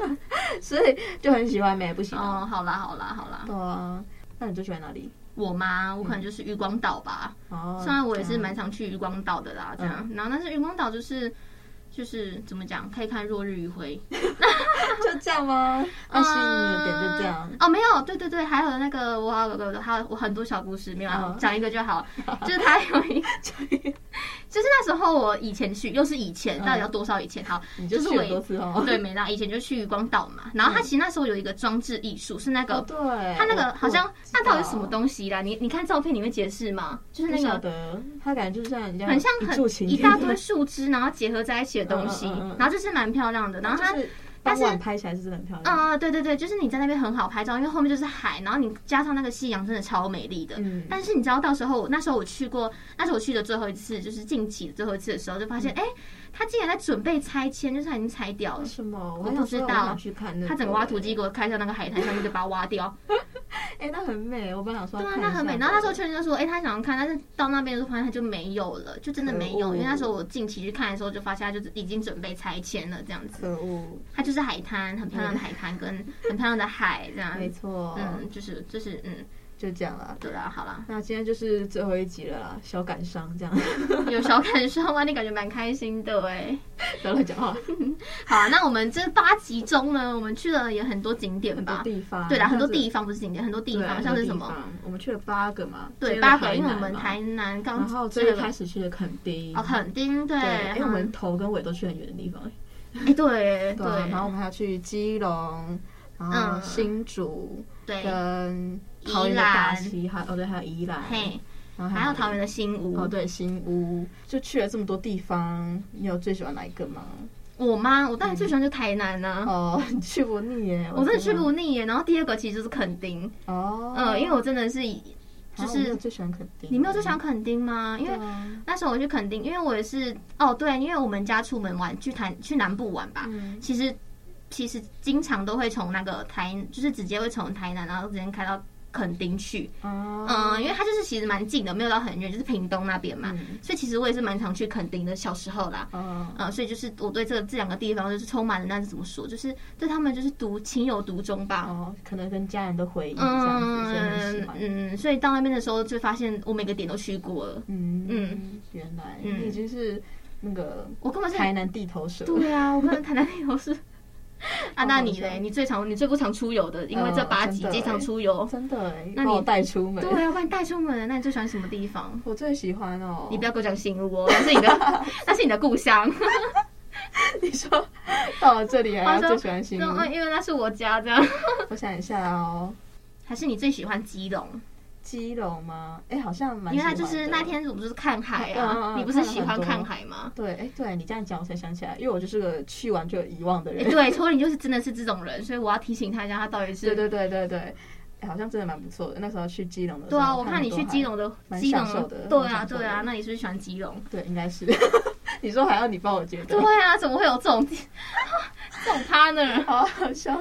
Speaker 2: [laughs] 所以就很喜欢美，不喜欢。
Speaker 1: 哦，好啦，好啦，好啦，
Speaker 2: 对啊，那你最喜欢哪里？
Speaker 1: 我嘛，我可能就是渔光岛吧。
Speaker 2: 哦，
Speaker 1: 虽然我也是
Speaker 2: 嗯
Speaker 1: 蛮常去渔光岛的啦，这样。然后但是渔光岛就是就是怎么讲，可以看落日余晖。
Speaker 2: 就这样
Speaker 1: [laughs]
Speaker 2: 吗？那吸引你的点就这样
Speaker 1: 嗯。哦，没有，对对对，还有那个我还有个还有我很多小故事，没有啊
Speaker 2: 嗯
Speaker 1: 讲一个就好。 [laughs] 就是他有一，就是那时候我以前去，又是以前，到底要多少以前？好，
Speaker 2: 嗯你
Speaker 1: 就
Speaker 2: 就是去
Speaker 1: 我
Speaker 2: 很
Speaker 1: 也
Speaker 2: 多次哦。
Speaker 1: 对没啦，以前就去渔光岛嘛。然后他其实那时候有一个装置艺术，是那
Speaker 2: 哦，
Speaker 1: 个。
Speaker 2: 对，
Speaker 1: 他
Speaker 2: 他
Speaker 1: 那个好像，那到底是什么东西啦？你你看照片，你会解释吗？就是
Speaker 2: 不
Speaker 1: 那
Speaker 2: 晓
Speaker 1: 个
Speaker 2: 得，他感觉就像人家
Speaker 1: 很像
Speaker 2: 一
Speaker 1: 很
Speaker 2: 柱擎
Speaker 1: 一
Speaker 2: 天
Speaker 1: 大堆，树枝，然后结合在一起的东西
Speaker 2: 嗯嗯嗯嗯，
Speaker 1: 然后就是蛮漂亮的。然后它
Speaker 2: 就是
Speaker 1: 但
Speaker 2: 傍
Speaker 1: 是
Speaker 2: 晚拍起来是真的很漂亮。
Speaker 1: 嗯、对对对，就是你在那边很好拍照，因为后面就是海，然后你加上那个夕阳，真的超美丽的。
Speaker 2: 嗯
Speaker 1: 但是你知道，到时候我那时候我去过，那是我去的最后一次，就是近期的最后一次的时候，就发现，
Speaker 2: 嗯
Speaker 1: 哎、他竟然在准备拆迁，就是他已经拆掉了
Speaker 2: 为。什么？我
Speaker 1: 不
Speaker 2: 想说
Speaker 1: 知
Speaker 2: 我
Speaker 1: 道
Speaker 2: 想去看那
Speaker 1: 他整个挖土机给我开到那个海滩上面，就把它挖
Speaker 2: [laughs]
Speaker 1: 掉。
Speaker 2: 哎，那很美。我本来想说
Speaker 1: 对
Speaker 2: 要
Speaker 1: 啊
Speaker 2: 看，一下的，
Speaker 1: 那很美。然后那时候圈圈就说，哎、他想要看，但是到那边就发现他就没有了，就真的没有。
Speaker 2: 可恶
Speaker 1: 因为那时候我近期去看的时候，就发现他就是已经准备拆迁了，这样子。
Speaker 2: 可恶，
Speaker 1: 它就是海滩，很漂亮的海滩，跟很漂亮的海这样
Speaker 2: 嗯没
Speaker 1: 子。
Speaker 2: 错，
Speaker 1: 嗯，就是就是嗯，
Speaker 2: 就这样啦。
Speaker 1: 对啦，好啦，
Speaker 2: 那今天就是最后一集了啦，小感伤这样，
Speaker 1: 有小感受吗？你感觉蛮开心的哎。
Speaker 2: 不要乱讲话。
Speaker 1: 好啊，那我们这八集中呢，我们去了也很多景点
Speaker 2: 很多
Speaker 1: 吧？
Speaker 2: 地方，
Speaker 1: 对啦，很多
Speaker 2: 像是
Speaker 1: 地方不是景点，很多地方
Speaker 2: 对
Speaker 1: 像是什？
Speaker 2: 很
Speaker 1: 么？
Speaker 2: 多地方我们去了八个嘛，
Speaker 1: 对，
Speaker 2: 先
Speaker 1: 八
Speaker 2: 了
Speaker 1: 个，因为我们
Speaker 2: 嘛
Speaker 1: 台南刚
Speaker 2: 然后最一
Speaker 1: 去了
Speaker 2: 开始去了垦丁，
Speaker 1: 哦，垦丁对，
Speaker 2: 对，因为我们
Speaker 1: 嗯
Speaker 2: 头跟尾都去很远的地方， [laughs]
Speaker 1: 哎对
Speaker 2: 对啊，然后我们还要去基隆，然后
Speaker 1: 嗯
Speaker 2: 新竹
Speaker 1: 对对，
Speaker 2: 跟
Speaker 1: 宜
Speaker 2: 桃园的大
Speaker 1: 兰
Speaker 2: 溪，还有哦对，还有宜兰，
Speaker 1: 嘿，
Speaker 2: 然后
Speaker 1: 还有桃
Speaker 2: 园
Speaker 1: 园的新屋
Speaker 2: 哦对新屋，就去了这么多地方，你有最喜欢哪一个吗？
Speaker 1: 我妈，我当然最喜欢就台南呐、啊。
Speaker 2: 哦，你去不腻耶，
Speaker 1: [laughs] 我真的去
Speaker 2: 觉
Speaker 1: 不腻耶，然后第二个其实就是垦丁，
Speaker 2: 得哦，
Speaker 1: 嗯，因为我真的是以就
Speaker 2: 啊我
Speaker 1: 是
Speaker 2: 没有最喜欢垦丁，
Speaker 1: 你没有最喜欢垦丁吗？因为
Speaker 2: 对啊
Speaker 1: 那时候我去垦丁，因为我也是哦，对，因为我们家出门玩去台去南部玩吧，
Speaker 2: 嗯
Speaker 1: 其实其实经常都会从那个台，就是直接会从台南，然后直接开到垦丁去，
Speaker 2: 哦
Speaker 1: 嗯，因为它就是其实蛮近的，没有到很远，就是屏东那边嘛，
Speaker 2: 嗯
Speaker 1: 所以其实我也是蛮常去垦丁的，小时候啦。
Speaker 2: 哦
Speaker 1: 嗯，所以就是我对这个这两个地方嗯就是充满了那是怎么说，就是对他们就是独情有独钟吧。
Speaker 2: 哦，可能跟家人的回忆这样子，所以很喜
Speaker 1: 嗯
Speaker 2: 欢。
Speaker 1: 嗯，所以到那边的时候就发现我每个点都去过了，嗯
Speaker 2: 嗯，原来
Speaker 1: 嗯
Speaker 2: 你已经是那个
Speaker 1: 我根本是
Speaker 2: 台南地头蛇。
Speaker 1: 对啊，我跟台南旅游是。啊，
Speaker 2: 好
Speaker 1: 那
Speaker 2: 好
Speaker 1: 你
Speaker 2: 笑
Speaker 1: 嘞？你最常、你最不常出游的，因为
Speaker 2: 呃
Speaker 1: 这八集
Speaker 2: 真的
Speaker 1: 经常
Speaker 2: 欸
Speaker 1: 出游。
Speaker 2: 真的哎，
Speaker 1: 那
Speaker 2: 把
Speaker 1: 你
Speaker 2: 我带出门。
Speaker 1: 对啊，把你带出门了，那你最喜欢什么地方？
Speaker 2: 我最喜欢哦，
Speaker 1: 你不要给我讲新屋哦，那是你的，那是你的故乡。
Speaker 2: [laughs] 你说到了这里还
Speaker 1: 他
Speaker 2: 要
Speaker 1: 说
Speaker 2: 最喜欢新
Speaker 1: 那
Speaker 2: 屋，
Speaker 1: 嗯因为那是我家这样。
Speaker 2: 我想一下哦，
Speaker 1: 还是你最喜欢基隆？
Speaker 2: 基隆吗？哎，好像蛮
Speaker 1: 因
Speaker 2: 喜
Speaker 1: 为
Speaker 2: 欢
Speaker 1: 他
Speaker 2: 的。
Speaker 1: 就是那天我们就是看海
Speaker 2: 嗯嗯
Speaker 1: 啊，
Speaker 2: 嗯
Speaker 1: 你不是
Speaker 2: 看了
Speaker 1: 喜欢
Speaker 2: 很多
Speaker 1: 看海吗？
Speaker 2: 对，哎，对你这样讲我才想起来，因为我就是个去完就遗忘的
Speaker 1: 哎，
Speaker 2: 人。
Speaker 1: 对，托尼就是真的是这种人，所以我要提醒他一下，他到底
Speaker 2: 对
Speaker 1: 是。
Speaker 2: 对对对对，哎好像真的蛮不错的。那时候去基隆的时
Speaker 1: 对
Speaker 2: 候，
Speaker 1: 啊，我看
Speaker 2: 看
Speaker 1: 你去基隆的
Speaker 2: 蛮
Speaker 1: 基
Speaker 2: 享
Speaker 1: 隆
Speaker 2: 受的，
Speaker 1: 对
Speaker 2: 蛮
Speaker 1: 啊
Speaker 2: 享受
Speaker 1: 对啊，
Speaker 2: 的
Speaker 1: 那你是不是喜欢基隆？
Speaker 2: 很多海，对，应该是。 [laughs] 你说还要你帮我觉得
Speaker 1: 对？啊，怎么会有这种这种 partner？
Speaker 2: [laughs] 好好笑，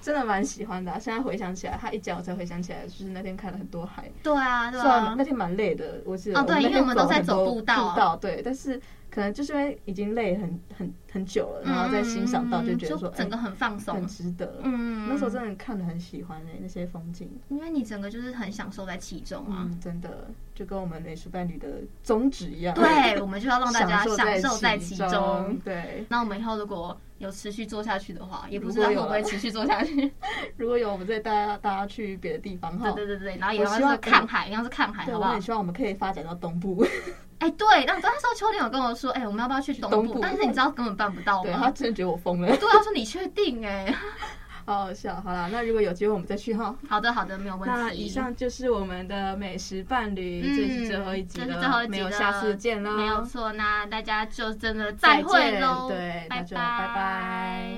Speaker 2: 真的蛮喜欢的啊、现在回想起来，他一讲我才回想起来，就是那天看了很多海，
Speaker 1: 对啊，对
Speaker 2: 虽然
Speaker 1: 啊
Speaker 2: 那，天蛮累的，我记得
Speaker 1: 哦对
Speaker 2: 那天
Speaker 1: 因为我们都在走
Speaker 2: 走很多
Speaker 1: 步道啊
Speaker 2: 步道对，但是可能就是因为已经累很很很久了，然后再欣赏到就觉得说，
Speaker 1: 嗯整个
Speaker 2: 哎
Speaker 1: 很放
Speaker 2: 很
Speaker 1: 松。
Speaker 2: 值得。
Speaker 1: 嗯，
Speaker 2: 那时候真的看的很喜欢哎、那些风景，
Speaker 1: 因为你整个就是很享受在其中啊。
Speaker 2: 嗯，真的就跟我们美术伴侣的宗旨一样，，
Speaker 1: 对，我们就要让大家享受
Speaker 2: 受
Speaker 1: 在其
Speaker 2: 其
Speaker 1: 中。
Speaker 2: 对，
Speaker 1: 那我们以后如果有持续做下去的话，也不知
Speaker 2: 如
Speaker 1: 道
Speaker 2: 果
Speaker 1: 会
Speaker 2: 有
Speaker 1: 不会持续做下
Speaker 2: [laughs]
Speaker 1: 去。
Speaker 2: 如果有我们再带大家去别的地方哈
Speaker 1: 对。对对对，然后也
Speaker 2: 我希
Speaker 1: 要
Speaker 2: 望
Speaker 1: 是看海，要是看海，
Speaker 2: 对，
Speaker 1: 好不
Speaker 2: 我们
Speaker 1: 好
Speaker 2: 也？希望我们可以发展到东部，
Speaker 1: 哎、对，然后那时候秋天有跟我说，哎、我们要不要去东部？
Speaker 2: 东部
Speaker 1: 但是你知道根本办不到
Speaker 2: 对他
Speaker 1: 吗？
Speaker 2: 真的觉得我疯了，
Speaker 1: 对，他说你确定、哎，
Speaker 2: 好好笑。好啦，那如果有机会我们再去哈。
Speaker 1: 好的，好的，没有问题。
Speaker 2: 那以上就是我们的美食伴侣，
Speaker 1: 嗯
Speaker 2: 这是最后一集
Speaker 1: 这是
Speaker 2: 了，
Speaker 1: 最后一集
Speaker 2: 没有
Speaker 1: 了
Speaker 2: 下次见啦，
Speaker 1: 没有错，那大家就真的再
Speaker 2: 再
Speaker 1: 会
Speaker 2: 见
Speaker 1: 喽，
Speaker 2: 对
Speaker 1: 拜
Speaker 2: 那
Speaker 1: 拜，
Speaker 2: 就拜拜